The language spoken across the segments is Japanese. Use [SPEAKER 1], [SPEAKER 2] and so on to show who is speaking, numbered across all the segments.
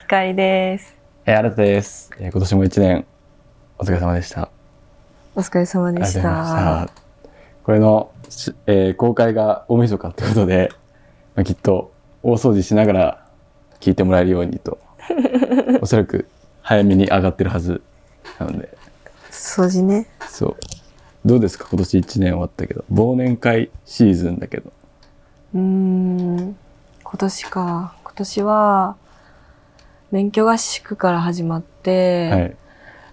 [SPEAKER 1] 光です。
[SPEAKER 2] えー、新田です、えー今年も一年お疲れ様でした。
[SPEAKER 1] お疲れ様でし
[SPEAKER 2] ありがとうござい
[SPEAKER 1] た。
[SPEAKER 2] ました。これのし、えー公開が大晦日ってことで、まあ、きっと大掃除しながら聞いてもらえるように と、おそらく早めに上がってるはずなので、
[SPEAKER 1] 掃除ね。
[SPEAKER 2] そう。どうですか今年一年終わったけど、忘年会シーズンだけど。
[SPEAKER 1] うーん。今年か。今年は、免許合宿から始まって、
[SPEAKER 2] はい。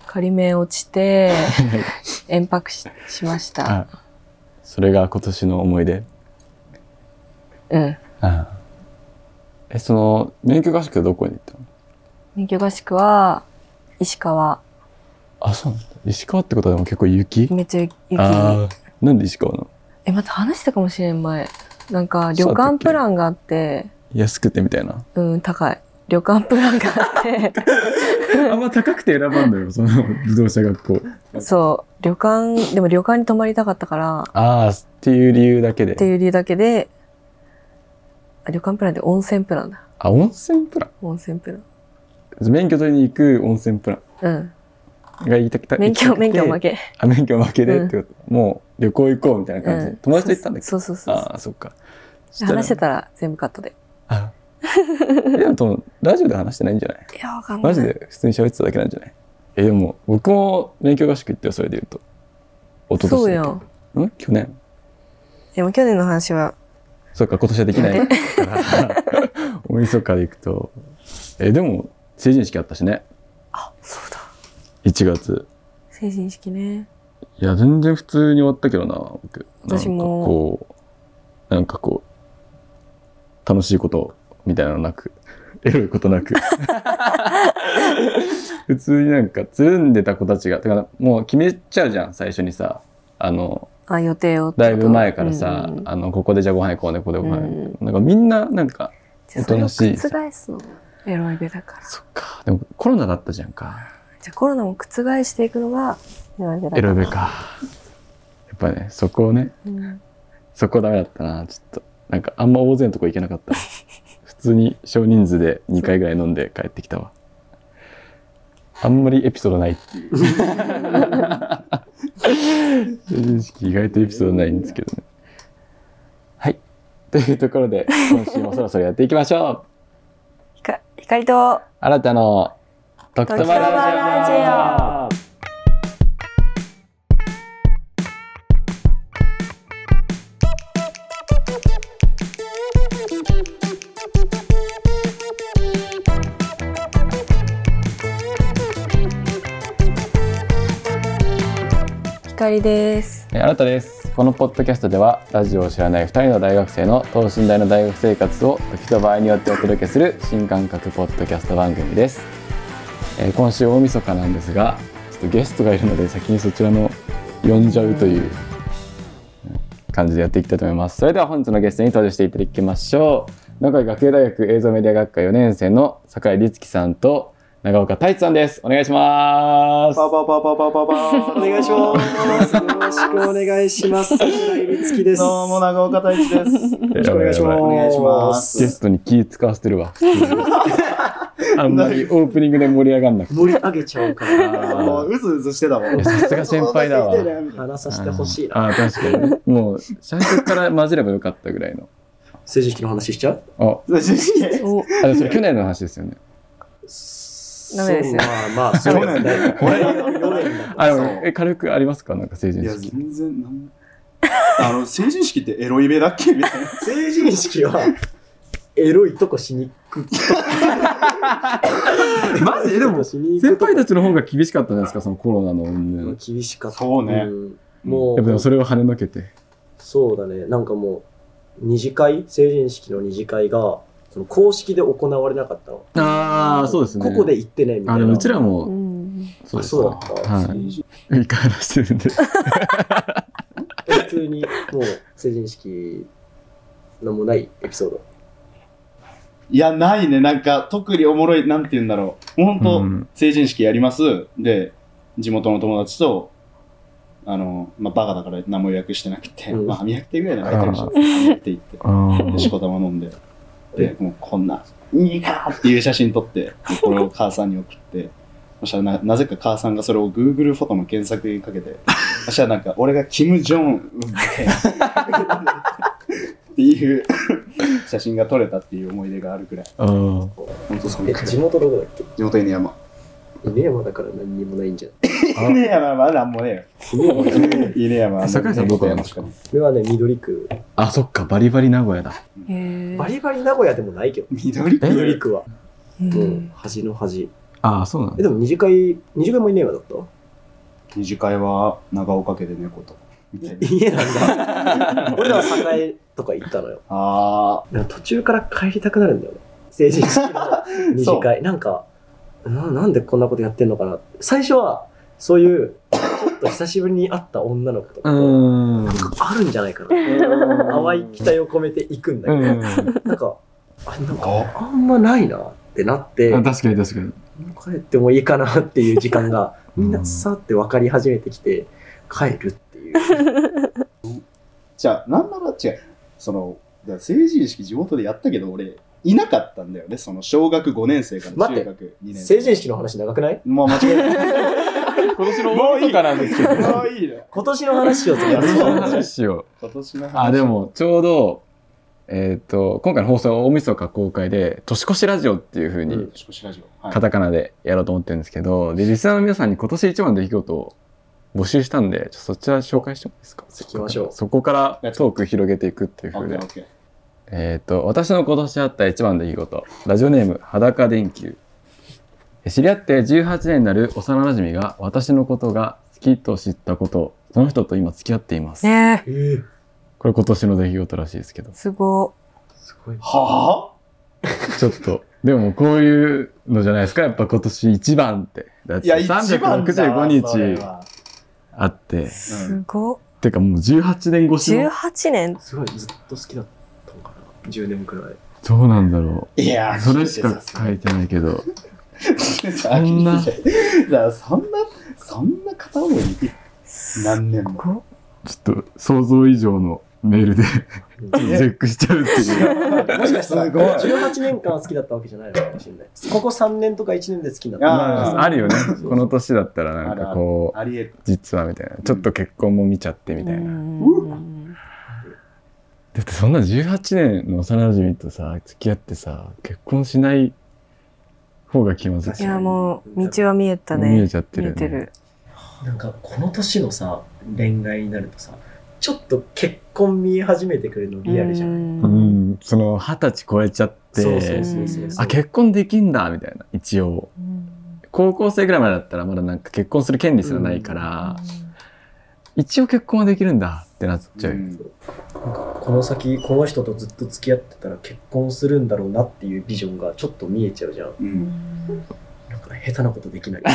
[SPEAKER 1] 仮免落ち て、遠泊ししました。
[SPEAKER 2] あそれが今年の思い出。
[SPEAKER 1] うん。
[SPEAKER 2] ああえ、その、免許合宿はどこに行ったの
[SPEAKER 1] 免許合宿は、石川。
[SPEAKER 2] あ、そうなんだ。石川ってことはでも結構雪
[SPEAKER 1] めっちゃ雪。
[SPEAKER 2] ああ、なんで石川なの
[SPEAKER 1] え、また話したかもしれん、前。なんか、旅
[SPEAKER 2] そうだっ
[SPEAKER 1] 館
[SPEAKER 2] け
[SPEAKER 1] プランがあって、
[SPEAKER 2] 安くてみたいな。
[SPEAKER 1] うん、高い。旅館プランがあって、
[SPEAKER 2] あんま高くて選ばんのよ、その自動車学校。
[SPEAKER 1] そう、旅館、でも旅館に泊まりたかったから、
[SPEAKER 2] ああ、っていう理由だけ
[SPEAKER 1] って
[SPEAKER 2] で。
[SPEAKER 1] いう理由だけで、あ旅館プランで温泉プランだ。
[SPEAKER 2] あ、温泉プラ
[SPEAKER 1] 温泉プラン。
[SPEAKER 2] ン免許取りに行く温泉プラ
[SPEAKER 1] うん。
[SPEAKER 2] ンが言いたくた
[SPEAKER 1] 免許、
[SPEAKER 2] 行
[SPEAKER 1] 免
[SPEAKER 2] きたくて
[SPEAKER 1] 許負け。
[SPEAKER 2] あ、免許負けでってこと。もう旅行行こうみたいな感じで。
[SPEAKER 1] うん
[SPEAKER 2] 友達と行ったんだっけ
[SPEAKER 1] そうそうそうそう
[SPEAKER 2] ああ、そっか。そら
[SPEAKER 1] 話してたら全部カットで。
[SPEAKER 2] あえでも多分、ラジオで話してないんじゃない
[SPEAKER 1] いや、わかんない。
[SPEAKER 2] マジで普通に喋ってただけなんじゃないえ、でも、僕も免許合宿行ったよ、それで言うと。一
[SPEAKER 1] そ
[SPEAKER 2] 昨
[SPEAKER 1] う
[SPEAKER 2] 年
[SPEAKER 1] や
[SPEAKER 2] だっ
[SPEAKER 1] ん。
[SPEAKER 2] け。ん去年
[SPEAKER 1] でも去年の話は、
[SPEAKER 2] そうか、今年はできないから、 大晦日で行くと。え、でも、成人式あったしね、
[SPEAKER 1] あ、そうだ。
[SPEAKER 2] 1月。
[SPEAKER 1] 成人式ね。
[SPEAKER 2] いや、全然普通に終わったけどな、僕。
[SPEAKER 1] 私も
[SPEAKER 2] なんかこう、なんかこう、楽しいことみたいなのなく、 エロいことなく。 普通になんか、つるんでた子たちが、だからもう決めちゃうじゃん、最初にさ。あの、
[SPEAKER 1] あ、予定をってこと。
[SPEAKER 2] だいぶ前からさ、
[SPEAKER 1] うん
[SPEAKER 2] あの、ここでじゃあご飯行こうね、ここでご飯、
[SPEAKER 1] うん
[SPEAKER 2] なんかみんな、なんか、
[SPEAKER 1] じゃあそれを
[SPEAKER 2] おとなしいさ
[SPEAKER 1] 覆すの。エロいべだから。
[SPEAKER 2] そっか。でもコロナだったじゃんか。
[SPEAKER 1] じゃあコロナを覆していくのが、エロいべだから。
[SPEAKER 2] エロベか。やっぱね、そこをね、
[SPEAKER 1] うん
[SPEAKER 2] そこダメだったな、ちょっと。なんかあんま大勢のとこ行けなかった。普通に少人数で2回ぐらい飲んで帰ってきたわ。あんまりエピソードないっていう。成人式意外とエピソードないんですけどね。はい。というところで、今週もそろそろやっていきましょう
[SPEAKER 1] ひか光と、
[SPEAKER 2] 新たのときとまラジ
[SPEAKER 1] 光です。
[SPEAKER 2] オえ新たですこのポッドキャストではラジオを知らない2人の大学生の等身大の大学生活を時と場合によってお届けする新感覚ポッドキャスト番組です、えー今週大晦日なんですがちょっとゲストがいるので先にそちらの呼んじゃうといううん感じでやっていきたいと思いますそれでは本日のゲストに登場していただきましょう名古屋学芸大学映像メディア学科4年生の酒井律樹さんと長岡太一さんですお願いします
[SPEAKER 3] バババババババお願いします。よろしくお願いします。桜井律樹です。どうも長岡大地です。よろしくお願いします。
[SPEAKER 2] お
[SPEAKER 3] 願いしま
[SPEAKER 2] ゲス。トに気使わせてるわ。あんまりオープニングで盛り上がんなくて。
[SPEAKER 4] 盛り上げちゃうから。
[SPEAKER 3] もううずうずしてたもん。
[SPEAKER 2] いやさすが先輩だわ。
[SPEAKER 4] 話させてほしいな。
[SPEAKER 2] ああ、確かにね。もう、最初から混ぜればよかったぐらいの。
[SPEAKER 4] 政治式の話しちゃう
[SPEAKER 2] あ、
[SPEAKER 1] お、
[SPEAKER 2] あでもそれ去年の話ですよね。
[SPEAKER 1] ダメですよ
[SPEAKER 4] そうまあまあ、そうですね。
[SPEAKER 3] 去年
[SPEAKER 4] 去年だ
[SPEAKER 2] あ、で
[SPEAKER 3] そ
[SPEAKER 2] も
[SPEAKER 3] う、
[SPEAKER 2] え、軽くありますかなんか成人
[SPEAKER 3] いや
[SPEAKER 2] 式。
[SPEAKER 3] 全然なんも。あの成人式ってエロイベだっけみたいな。
[SPEAKER 4] 成人式は、エロいとこしに行く。
[SPEAKER 2] マジでも
[SPEAKER 4] しに行
[SPEAKER 2] 先
[SPEAKER 4] くとこ
[SPEAKER 2] 輩たちの方が厳しかったじゃないですか、そのコロナの云々。やっ
[SPEAKER 4] 厳しかった。
[SPEAKER 3] そうね
[SPEAKER 4] んも
[SPEAKER 2] ぱでも
[SPEAKER 4] う、
[SPEAKER 2] それを跳ねのけて。
[SPEAKER 4] そうだね。なんかもう、二次会、成人式の二次会が、その公式で行われなかったの。
[SPEAKER 2] ああ、そうですね。
[SPEAKER 4] ここで行ってね、みた
[SPEAKER 2] あ、
[SPEAKER 4] い
[SPEAKER 2] で
[SPEAKER 4] な。
[SPEAKER 2] もうちら
[SPEAKER 1] う
[SPEAKER 2] も、
[SPEAKER 1] ん。
[SPEAKER 2] そ
[SPEAKER 4] あ
[SPEAKER 2] うです
[SPEAKER 4] そう
[SPEAKER 2] ね。
[SPEAKER 4] だった。
[SPEAKER 2] はい
[SPEAKER 4] 成人
[SPEAKER 2] 一回話してるんで。
[SPEAKER 4] 普通に、もう、成人式、なんもないエピソード。
[SPEAKER 3] いやないねなんか特におもろいなんて言うんだろう。もう
[SPEAKER 2] う
[SPEAKER 3] 本
[SPEAKER 2] ん
[SPEAKER 3] 当成人式やりますで地元の友達と。あのまあ、バカだから何も予約してなくて、
[SPEAKER 4] うん
[SPEAKER 3] まあ、歯磨き手ぐらいの空いてるし、歯磨き手行って、
[SPEAKER 2] あー
[SPEAKER 3] で、しこたま飲んで、で、もうこんな、いいかっていう写真撮 って、これを母さんに送って、そしたらななぜか母さんがそれを Google フォトの検索にか けて、そしたらなんか俺がキム・ジョンウンで、っていう 写真が撮れたっていう思い出があるくらい。
[SPEAKER 2] うん。
[SPEAKER 3] 本当そん
[SPEAKER 4] え
[SPEAKER 3] くらい
[SPEAKER 4] 地元どこだっけ
[SPEAKER 3] 地元犬山。
[SPEAKER 4] 犬山だから何にもないんじゃない
[SPEAKER 3] 犬山はなんもねえよ。 犬山は。
[SPEAKER 2] 桜井さんどこなんですか
[SPEAKER 4] これはね緑区
[SPEAKER 2] あ、そっか、バリバリ名古屋だ。
[SPEAKER 1] へえ
[SPEAKER 4] バリバリ名古屋でもないけど
[SPEAKER 3] 緑
[SPEAKER 2] え
[SPEAKER 4] 緑区は
[SPEAKER 1] う、
[SPEAKER 4] もうん端の端
[SPEAKER 2] あ、そうなん
[SPEAKER 4] え
[SPEAKER 2] だ。
[SPEAKER 4] でも二次会二次会も犬山だった
[SPEAKER 3] 二次会は長岡家で猫と。
[SPEAKER 4] 家 なんだ俺らは栄とか行ったのよ
[SPEAKER 3] あ
[SPEAKER 4] なんか途中から帰りたくなるんだよね成人式の二次会なんかななんでこんなことやってんのかなって最初はそういうちょっと久しぶりに会った女の子とか
[SPEAKER 2] う
[SPEAKER 4] と
[SPEAKER 2] ん。
[SPEAKER 4] あるんじゃないかな淡い期待を込めて行くんだけど、なんかあなんか
[SPEAKER 3] あ。
[SPEAKER 4] あんまないなってなって
[SPEAKER 2] あ確かに確かに。
[SPEAKER 4] 帰ってもいいかなって いう時間がみんなさーって分かり始めてきて帰るっていう
[SPEAKER 3] じゃあ、なんなら違う。その、だから成人式地元でやったけど、俺、いなかったんだよね。その、小学5年生から
[SPEAKER 4] 待っ
[SPEAKER 3] 中
[SPEAKER 4] て
[SPEAKER 3] 学2年生。
[SPEAKER 4] 成人式の話長くない
[SPEAKER 3] もう間違えない。
[SPEAKER 2] 今年の大晦日なんですけど。
[SPEAKER 3] もういいな。
[SPEAKER 4] 今年の話をす
[SPEAKER 3] いや
[SPEAKER 2] その
[SPEAKER 4] る
[SPEAKER 2] 話を。
[SPEAKER 3] 今年の話。
[SPEAKER 2] あ、でも、ちょうど、えっ、と、今回の放送は大晦日公開で、年越しラジオっていう風
[SPEAKER 3] うん、
[SPEAKER 2] に、
[SPEAKER 3] 少しラジオ。はい
[SPEAKER 2] カタカナでやろうと思ってるんですけど、で、リスナーの皆さんに今年一番の出来事を募集したんで、ちょそちら紹介してもいいですか
[SPEAKER 4] 行きましょう
[SPEAKER 2] そこからトーク広げていくっていう
[SPEAKER 3] オ
[SPEAKER 2] 風
[SPEAKER 3] ッケ
[SPEAKER 2] で
[SPEAKER 3] ーオ。ッケー。
[SPEAKER 2] えっ、と、私の今年あった一番の出来事。ラジオネーム、裸電球。知り合って18年になる幼馴染が私のことが好きと知ったこと、その人と今付き合っています。
[SPEAKER 1] ねえ
[SPEAKER 4] えー
[SPEAKER 2] これ今年の出来事らしいですけど。
[SPEAKER 1] すご
[SPEAKER 4] すごい
[SPEAKER 3] は
[SPEAKER 2] ちょっと。でもこういうのじゃないですか。やっぱ今年一番って。だっ
[SPEAKER 3] ぁい
[SPEAKER 2] て
[SPEAKER 3] や、一番だわそれ
[SPEAKER 2] 365日
[SPEAKER 3] は
[SPEAKER 2] あって。
[SPEAKER 1] すご
[SPEAKER 2] てかもう18年越しの。
[SPEAKER 1] 18年
[SPEAKER 4] すごいずっと好きだったのかな10年くらい
[SPEAKER 2] どうなんだろ。
[SPEAKER 3] いうや、
[SPEAKER 2] それしか書い
[SPEAKER 3] い
[SPEAKER 2] てないけど。
[SPEAKER 3] て
[SPEAKER 2] そんな
[SPEAKER 3] だからそんな、そんな片思いに 何年も。
[SPEAKER 1] ご
[SPEAKER 2] ちょっと想像以上のメールで
[SPEAKER 4] うん
[SPEAKER 2] 絶句しちゃうっていう。
[SPEAKER 4] もしかしたら
[SPEAKER 3] すごい
[SPEAKER 4] 18年間好きだったわけじゃないのかもしれないここ3年とか1年で好きになった
[SPEAKER 3] あー
[SPEAKER 2] あるよね。 この年だったらなんかこう、
[SPEAKER 3] ありえる。
[SPEAKER 2] 実はみたいな。ちょっと結婚も見ちゃってみたいな。
[SPEAKER 1] うん
[SPEAKER 2] だってそんな18年の幼馴染とさ、付き合ってさ、結婚しない方が気まずい
[SPEAKER 1] い。やもう道は見えたね
[SPEAKER 2] 見えちゃってるよ
[SPEAKER 1] 見え
[SPEAKER 2] ね
[SPEAKER 1] てる
[SPEAKER 4] なんかこの年のさ恋愛になるとさちょっと結婚見え始めてくるのリアルじゃない、
[SPEAKER 2] うんん、その二十歳超えちゃって、
[SPEAKER 4] そうそうそうそう
[SPEAKER 2] あ、結婚できんだみたいな、一応。高校生ぐらいまでだったらまだなんか結婚する権利すらないから、一応結婚はできるんだってなっちゃう。
[SPEAKER 3] うん
[SPEAKER 4] なんかこの先この人とずっと付き合ってたら結婚するんだろうなっていうビジョンがちょっと見えちゃうじゃん
[SPEAKER 3] うん。
[SPEAKER 4] なんか下手なことできない
[SPEAKER 3] 間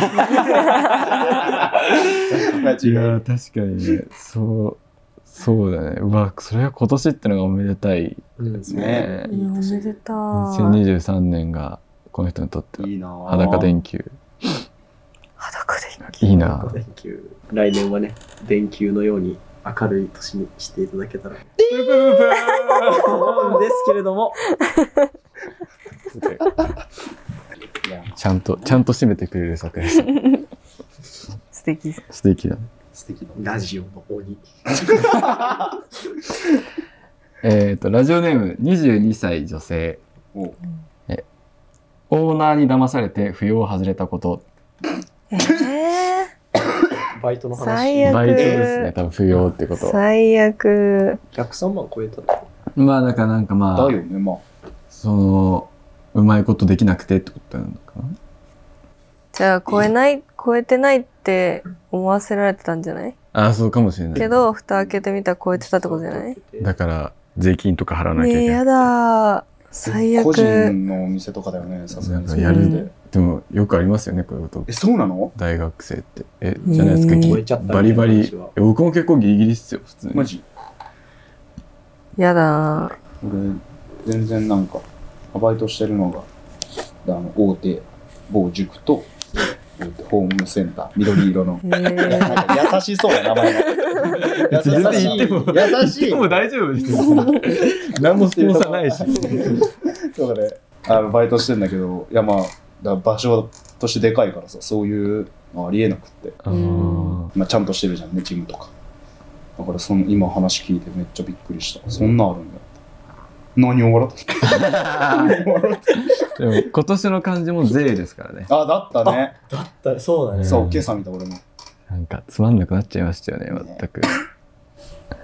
[SPEAKER 3] 違
[SPEAKER 2] い
[SPEAKER 3] い
[SPEAKER 2] や
[SPEAKER 3] ない
[SPEAKER 2] ー確かにねそうそうだねうわそれは今年ってのがおめでたい
[SPEAKER 4] うん
[SPEAKER 2] です
[SPEAKER 3] ね
[SPEAKER 2] ね
[SPEAKER 1] いやおめでたい
[SPEAKER 2] 2023年がこの人にとってはい
[SPEAKER 3] いなぁ
[SPEAKER 2] 裸電球
[SPEAKER 1] 裸で
[SPEAKER 2] いいな
[SPEAKER 4] 電球来年はね電球のように明るい年にしていただけたらと思うんですけれども
[SPEAKER 3] いや
[SPEAKER 2] ちゃんとちゃんと締めてくれる作品さん
[SPEAKER 1] 素敵
[SPEAKER 2] 素敵だね
[SPEAKER 3] 素敵だ
[SPEAKER 4] ラジオの鬼
[SPEAKER 2] えっとラジオネーム22歳女性
[SPEAKER 3] お
[SPEAKER 2] オーナーに騙されて扶養を外れたこと
[SPEAKER 1] ええ
[SPEAKER 4] バイトの話
[SPEAKER 1] 最悪
[SPEAKER 2] バイトですね多分扶養ってこと
[SPEAKER 1] 最悪
[SPEAKER 4] 103万超えたの
[SPEAKER 2] まあだからなんかま
[SPEAKER 3] だ
[SPEAKER 2] あ
[SPEAKER 3] よねまあ
[SPEAKER 2] そのうまいことできなくてってことなのかな
[SPEAKER 1] じゃあ超えない超えてないって思わせられてたんじゃない
[SPEAKER 2] ああそうかもしれない
[SPEAKER 1] けど蓋開けてみたら超えてたってことじゃない
[SPEAKER 2] だから税金とか払わなきゃい
[SPEAKER 1] ねえ
[SPEAKER 2] けない
[SPEAKER 1] やだー最
[SPEAKER 3] 個
[SPEAKER 1] 悪
[SPEAKER 3] 人のお店とかだよねさすがに
[SPEAKER 2] なんかや
[SPEAKER 1] る
[SPEAKER 3] うん
[SPEAKER 2] でもよくありますよねこういうこと
[SPEAKER 3] えそうなの
[SPEAKER 2] 大学生ってえじゃないですか、
[SPEAKER 1] うん
[SPEAKER 2] ぎ
[SPEAKER 4] 超えちゃったみた
[SPEAKER 2] バ
[SPEAKER 4] いな
[SPEAKER 2] リバリ
[SPEAKER 4] 話は
[SPEAKER 2] 僕も結構ギリギリっすよ普通に
[SPEAKER 3] マジ
[SPEAKER 1] やだー
[SPEAKER 3] 俺全然なんかバイトしてるのがあの大手某塾と大手ホームセンター緑 色の
[SPEAKER 1] え
[SPEAKER 3] なん
[SPEAKER 1] ー
[SPEAKER 3] か優しそうな名前が優
[SPEAKER 2] 別に 全然言っても
[SPEAKER 3] 優しい
[SPEAKER 2] でも大丈夫ですよ何もスポンサーないし
[SPEAKER 3] そうだねあのバイトしてんだけど、いやまあ、だから場所としてでかいからさ、そういうのありえなくって。
[SPEAKER 1] うん
[SPEAKER 2] あ
[SPEAKER 3] まあ、ちゃんとしてるじゃんね、チームとか。だからその今話聞いてめっちゃびっくりした。そんなあるんだ。何を笑った
[SPEAKER 2] ーでも今年の漢字も税ですからね。
[SPEAKER 3] あ、だったね。
[SPEAKER 4] だったら、そうだね。
[SPEAKER 3] そう、今朝見た俺も。
[SPEAKER 2] なんかつまんなくなっちゃいましたよね、全く。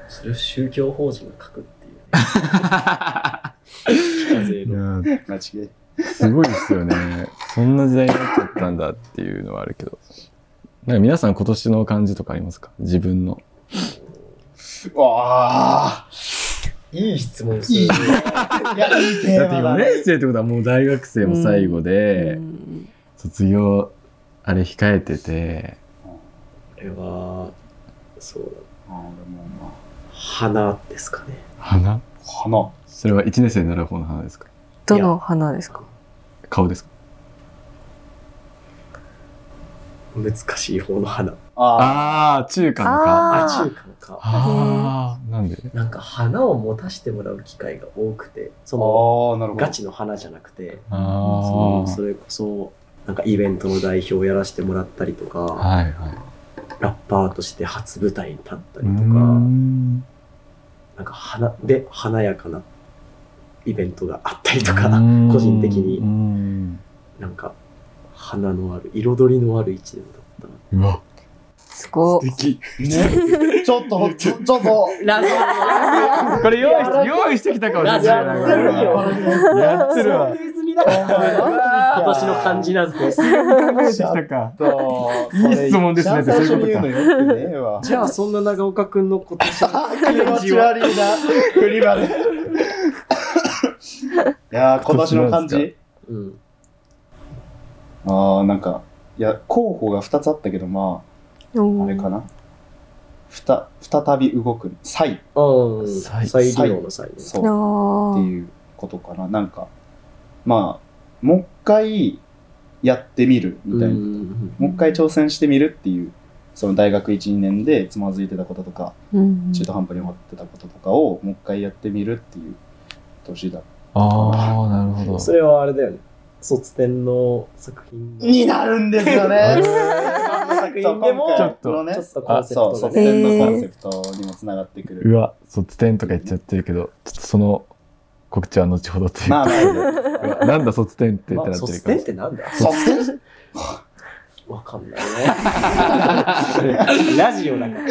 [SPEAKER 4] それを宗教法人が書くっていう、ね。非課税
[SPEAKER 2] いや
[SPEAKER 4] の
[SPEAKER 2] ー
[SPEAKER 3] マジで。
[SPEAKER 2] すごいですよね。そんな時代になっちゃったんだっていうのはあるけど。なんか皆さん今年の漢字とかありますか自分の。
[SPEAKER 3] わあ、
[SPEAKER 4] いい質問す
[SPEAKER 3] いい。
[SPEAKER 4] る
[SPEAKER 3] い。や、いいテ
[SPEAKER 2] だっ
[SPEAKER 3] ー
[SPEAKER 2] て
[SPEAKER 3] マだ
[SPEAKER 2] 4
[SPEAKER 3] ね。
[SPEAKER 2] 年生ってことはもう大学生も最後で、
[SPEAKER 1] うん
[SPEAKER 2] 卒業あれ控えてて、
[SPEAKER 4] これは、そうだ。
[SPEAKER 3] あ俺もま
[SPEAKER 4] 花ですかね。
[SPEAKER 2] 花
[SPEAKER 3] あ、花。
[SPEAKER 2] それは1年生になる方の花ですか
[SPEAKER 1] どの花ですか
[SPEAKER 2] 顔ですか
[SPEAKER 4] 難しい方の花。
[SPEAKER 3] あ
[SPEAKER 2] ああー、中華のか。
[SPEAKER 4] あ、
[SPEAKER 1] あー
[SPEAKER 4] 中華のか。
[SPEAKER 2] ああ、なんで
[SPEAKER 4] なんか花を持たせてもらう機会が多くて、
[SPEAKER 3] あ、
[SPEAKER 4] その
[SPEAKER 3] ああ、なるほど。
[SPEAKER 4] ガチの花じゃなくて、
[SPEAKER 2] あ
[SPEAKER 4] そのそれこそ、なんかイベントの代表をやらせてもらったりと
[SPEAKER 2] あ。
[SPEAKER 4] か、
[SPEAKER 2] はいはい。
[SPEAKER 4] ラッパーとして初舞台に立った
[SPEAKER 2] うー
[SPEAKER 4] りとか、
[SPEAKER 2] ん
[SPEAKER 4] なんか花で華やかなイベントがあったりと
[SPEAKER 2] う
[SPEAKER 4] か、
[SPEAKER 2] ーん
[SPEAKER 4] 個人的に
[SPEAKER 2] うーん
[SPEAKER 4] なんか花のある、彩りのある一年だったな。
[SPEAKER 2] うわ、
[SPEAKER 1] すごい。
[SPEAKER 2] 敵。
[SPEAKER 3] ね、ちょっと、ちょちょっと。
[SPEAKER 1] ラブ
[SPEAKER 2] これ用意して、用意してきたかもしれない。
[SPEAKER 4] やってるよ
[SPEAKER 2] やってるわ。
[SPEAKER 4] 定済みだから今年の漢字なんて。
[SPEAKER 2] 考 えてきたか。いい質問ですねって
[SPEAKER 3] 最
[SPEAKER 2] そう
[SPEAKER 3] 初に
[SPEAKER 2] いうこと
[SPEAKER 3] 言うのよくねえわ。
[SPEAKER 4] じゃあそんな長岡くんの今年の
[SPEAKER 3] 気持ち悪いな、振りまで。いやー、今年の感じ。
[SPEAKER 4] うん。
[SPEAKER 3] ああ、なんか、いや、候補が2つあったけど、まあ、あれかな。ふた、再び動く、再っ
[SPEAKER 4] うん。
[SPEAKER 2] 再
[SPEAKER 4] 再利用の再ね。
[SPEAKER 3] そうて
[SPEAKER 1] ん
[SPEAKER 3] いうことかな。なんか、まあ、もう一回やってみるみたいな。
[SPEAKER 4] うん
[SPEAKER 3] もう一回挑戦してみるっていう、その大学1、2年でつまずいてたこととか、
[SPEAKER 1] うん
[SPEAKER 3] 中途半端に終わってたこととかをもう一回やってみるっていう年だ
[SPEAKER 2] ああ、なるほど。
[SPEAKER 4] それはあれだよね。卒展の作品の。
[SPEAKER 3] になるんですよ
[SPEAKER 2] あれ
[SPEAKER 3] ね
[SPEAKER 4] 作品でも、
[SPEAKER 2] ちょっと
[SPEAKER 4] ちょっとコ
[SPEAKER 3] あ
[SPEAKER 4] ンセプ
[SPEAKER 3] そう
[SPEAKER 4] ト
[SPEAKER 3] 卒
[SPEAKER 4] がね。
[SPEAKER 3] 展のコンセプトにもつながってく
[SPEAKER 2] う
[SPEAKER 3] る、
[SPEAKER 2] わ、卒点とか言っちゃってるけど、ちょっとその告知は後ほどという
[SPEAKER 3] まあ
[SPEAKER 2] か。
[SPEAKER 3] ま
[SPEAKER 2] うわ
[SPEAKER 3] あ
[SPEAKER 2] なんだ卒点ってってなって
[SPEAKER 4] まあ
[SPEAKER 2] るか
[SPEAKER 4] 卒
[SPEAKER 2] ら
[SPEAKER 4] 展っ。てなんだ
[SPEAKER 3] 卒展
[SPEAKER 4] わかんないね。 ラジオだから。身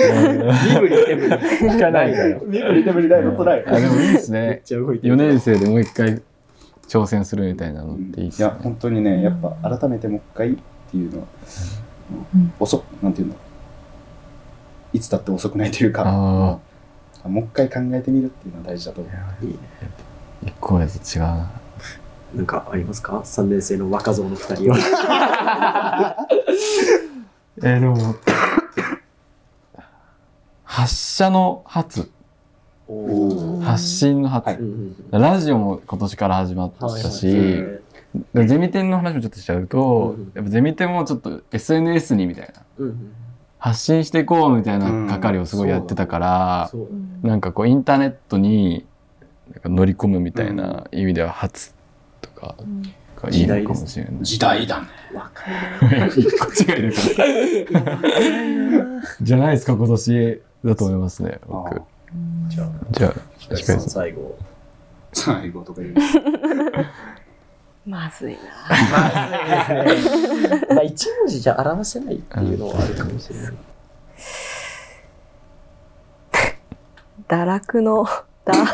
[SPEAKER 4] 振り手振り。
[SPEAKER 2] 聞かないから。
[SPEAKER 3] 身振り手振りだいぶ辛い
[SPEAKER 2] あ、でもいいです
[SPEAKER 4] めっ
[SPEAKER 2] ね。
[SPEAKER 4] ちゃ動いて
[SPEAKER 2] 4
[SPEAKER 4] る。
[SPEAKER 2] 年生でもう一回挑戦するみたいなのっていいっ
[SPEAKER 3] い
[SPEAKER 2] す
[SPEAKER 3] や
[SPEAKER 2] ね。
[SPEAKER 3] 本当にねやっぱ改めてもう一回っていうのは、
[SPEAKER 1] うん
[SPEAKER 3] 遅くなんていうのいつだって遅くないというか
[SPEAKER 2] あ
[SPEAKER 3] もう一回考えてみるっていうのは大事だと思う
[SPEAKER 2] あ、一個やと違うな。
[SPEAKER 4] なんかありますか ?3 年生の若造の2人は。
[SPEAKER 2] えー、でも、発射の発、
[SPEAKER 4] おー
[SPEAKER 2] 発信の発。
[SPEAKER 3] はい
[SPEAKER 4] うんうん
[SPEAKER 2] ラジオも今年から始まっ
[SPEAKER 4] うん
[SPEAKER 2] たし、
[SPEAKER 4] はいはいはい
[SPEAKER 2] でゼミ展の話もちょっとしちゃうと、
[SPEAKER 4] うん
[SPEAKER 2] やっぱゼミ展もちょっと SNS にみたいな、
[SPEAKER 4] うんうん
[SPEAKER 2] 発信していこうみたいな係をすごいやってたから、
[SPEAKER 4] そうだね
[SPEAKER 2] なんかこうインターネットになんか乗り込むみたいな意味では初とかがいいのかもしれない。
[SPEAKER 3] 時代だね
[SPEAKER 4] 若いな。
[SPEAKER 2] こっちがいるから。 じゃないですか、今年だと思いますね、
[SPEAKER 3] あ
[SPEAKER 2] 僕
[SPEAKER 3] ー。
[SPEAKER 4] じゃあ、
[SPEAKER 2] じゃあ、
[SPEAKER 4] 光さん最後。
[SPEAKER 3] 最後とか言う
[SPEAKER 1] まずいな。
[SPEAKER 4] まあ、一文字じゃ表せないっていうのはあるかもしれない。
[SPEAKER 1] 堕落の、だ、
[SPEAKER 4] 伊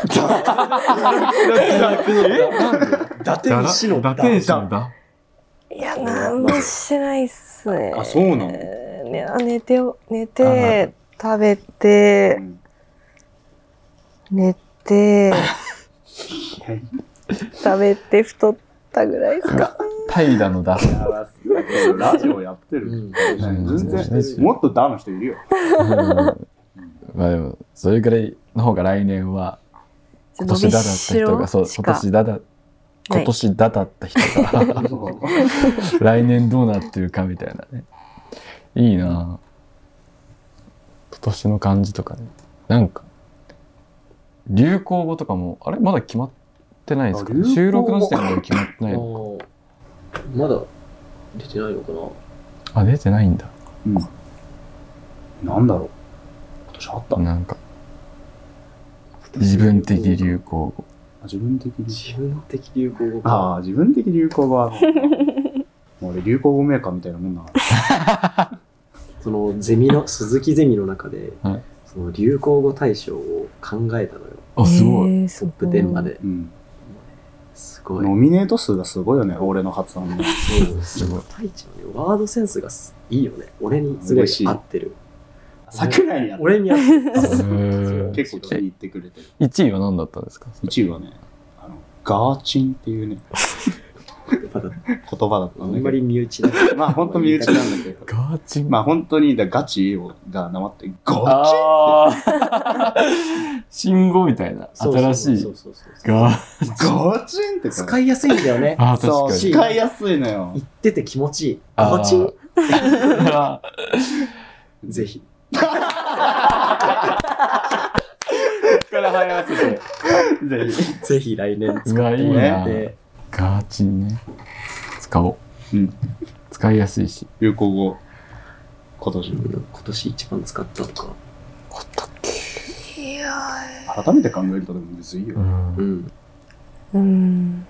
[SPEAKER 4] 達
[SPEAKER 2] だら
[SPEAKER 4] 石の
[SPEAKER 2] 打点手のだ
[SPEAKER 1] いや、なんもしてないっすね。
[SPEAKER 3] あそうなの
[SPEAKER 1] ね寝て、寝
[SPEAKER 2] あは
[SPEAKER 1] て、食べて、寝て、食べて太ったぐらいですか。
[SPEAKER 2] 怠惰の だ。
[SPEAKER 3] やばすぎるラジオやって
[SPEAKER 4] う
[SPEAKER 3] る。
[SPEAKER 4] ん
[SPEAKER 2] うん
[SPEAKER 3] 全然、もっとダの人いるよ。
[SPEAKER 2] まあでも、それぐらいの方が来年は、今
[SPEAKER 1] 伸
[SPEAKER 2] 年
[SPEAKER 1] び
[SPEAKER 2] だだった
[SPEAKER 1] し
[SPEAKER 2] 人
[SPEAKER 1] ろ
[SPEAKER 2] が、そう、
[SPEAKER 1] し
[SPEAKER 2] 今
[SPEAKER 1] か
[SPEAKER 2] 年だだ、
[SPEAKER 1] な
[SPEAKER 2] 今
[SPEAKER 1] い。
[SPEAKER 2] 年だだった人が、来年どうなってるかみたいなね。いいなぁ今年の感じとかね。なんか、流行語とかも、あれまだ決まっってないんですか
[SPEAKER 3] 流行語
[SPEAKER 2] 収録の時点で決まって
[SPEAKER 4] あ
[SPEAKER 2] ないの
[SPEAKER 4] ーまだ出てないのかな
[SPEAKER 2] あ出てないんだ
[SPEAKER 3] なんだろう今年あった、
[SPEAKER 2] なんか自分的流行語
[SPEAKER 3] あ自分的に
[SPEAKER 4] 自分的流行語か
[SPEAKER 3] ああ自分的流行語はもう俺流行語メーカーみたいなもんだから
[SPEAKER 4] そのゼミの鈴木ゼミの中で、
[SPEAKER 2] はい
[SPEAKER 4] その流行語大賞を考えたのよ
[SPEAKER 2] あすごい、
[SPEAKER 1] えー
[SPEAKER 4] ト
[SPEAKER 1] す
[SPEAKER 4] ッ
[SPEAKER 1] ごい
[SPEAKER 4] プ10まで
[SPEAKER 3] うん
[SPEAKER 4] すごい
[SPEAKER 3] ノミネート数がすごいよね俺の発案の
[SPEAKER 4] そう
[SPEAKER 2] すごい
[SPEAKER 4] 太一はねワードセンスがすいいよね俺にすごい
[SPEAKER 3] 嬉しい
[SPEAKER 4] 合ってる
[SPEAKER 3] 桜井にあった
[SPEAKER 4] 俺に合って
[SPEAKER 2] へ
[SPEAKER 4] る
[SPEAKER 2] ー
[SPEAKER 3] 結構気に入ってくれてる
[SPEAKER 2] 1位は何だったんですか
[SPEAKER 3] 1位はねあのガーチンっていうね
[SPEAKER 4] まだ
[SPEAKER 3] 言葉だった
[SPEAKER 4] あ
[SPEAKER 3] ん
[SPEAKER 4] ん
[SPEAKER 3] だけど
[SPEAKER 4] まり身内だ
[SPEAKER 3] まあ本当身内なんだけど
[SPEAKER 2] ガーチン
[SPEAKER 3] まあ本当にだガチをがなまってガチ
[SPEAKER 2] あー 信号みたいな新しい
[SPEAKER 4] そうそうそうそう
[SPEAKER 2] ガー
[SPEAKER 3] ガチンって
[SPEAKER 4] 使いやすいんだよ ね
[SPEAKER 2] あー確
[SPEAKER 3] そう
[SPEAKER 2] かに
[SPEAKER 3] 使いやすいのよ
[SPEAKER 4] 言ってて気持ちいい
[SPEAKER 2] あー
[SPEAKER 4] ガチン
[SPEAKER 2] あ
[SPEAKER 4] ぜひ
[SPEAKER 2] ーから入らせて
[SPEAKER 3] ぜひ
[SPEAKER 4] ぜひ来年
[SPEAKER 2] うわいい
[SPEAKER 4] や
[SPEAKER 2] な
[SPEAKER 4] って
[SPEAKER 2] ガーチンね使おう、
[SPEAKER 3] うん
[SPEAKER 2] 使いやすいし
[SPEAKER 3] 流行語今年
[SPEAKER 4] 今年一番使ったとか
[SPEAKER 1] いや
[SPEAKER 3] 改めて考えるとでも別にいいよ、
[SPEAKER 2] ん
[SPEAKER 4] ん
[SPEAKER 1] ーうん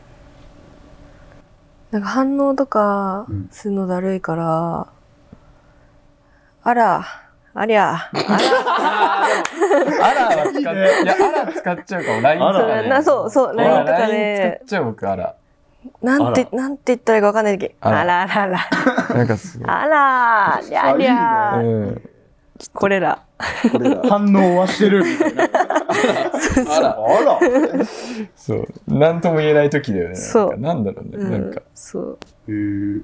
[SPEAKER 1] なんか反応とか
[SPEAKER 3] うん
[SPEAKER 1] するのだるいから、あらありゃあ
[SPEAKER 2] あらは使っいやあら使っちゃうかも LINE
[SPEAKER 3] あ
[SPEAKER 2] と
[SPEAKER 3] ら
[SPEAKER 2] か
[SPEAKER 1] ら
[SPEAKER 2] ね
[SPEAKER 1] なそうそう LINE とかね
[SPEAKER 2] 使っちゃう僕あら
[SPEAKER 1] なんてなんて言ったらいいかわかんない時
[SPEAKER 2] あ
[SPEAKER 1] あらあ
[SPEAKER 2] ら
[SPEAKER 1] らあら
[SPEAKER 2] なんかすごい
[SPEAKER 1] あらーりゃりゃ
[SPEAKER 2] う
[SPEAKER 1] ー
[SPEAKER 2] ん
[SPEAKER 1] これら
[SPEAKER 3] これ反応はしてるみたいな
[SPEAKER 2] あら
[SPEAKER 3] あら
[SPEAKER 2] そうなんとも言えない時だよね
[SPEAKER 1] そう
[SPEAKER 2] なんかなんだろうね、
[SPEAKER 1] う
[SPEAKER 2] なん
[SPEAKER 1] ん
[SPEAKER 2] か
[SPEAKER 1] そう
[SPEAKER 3] へー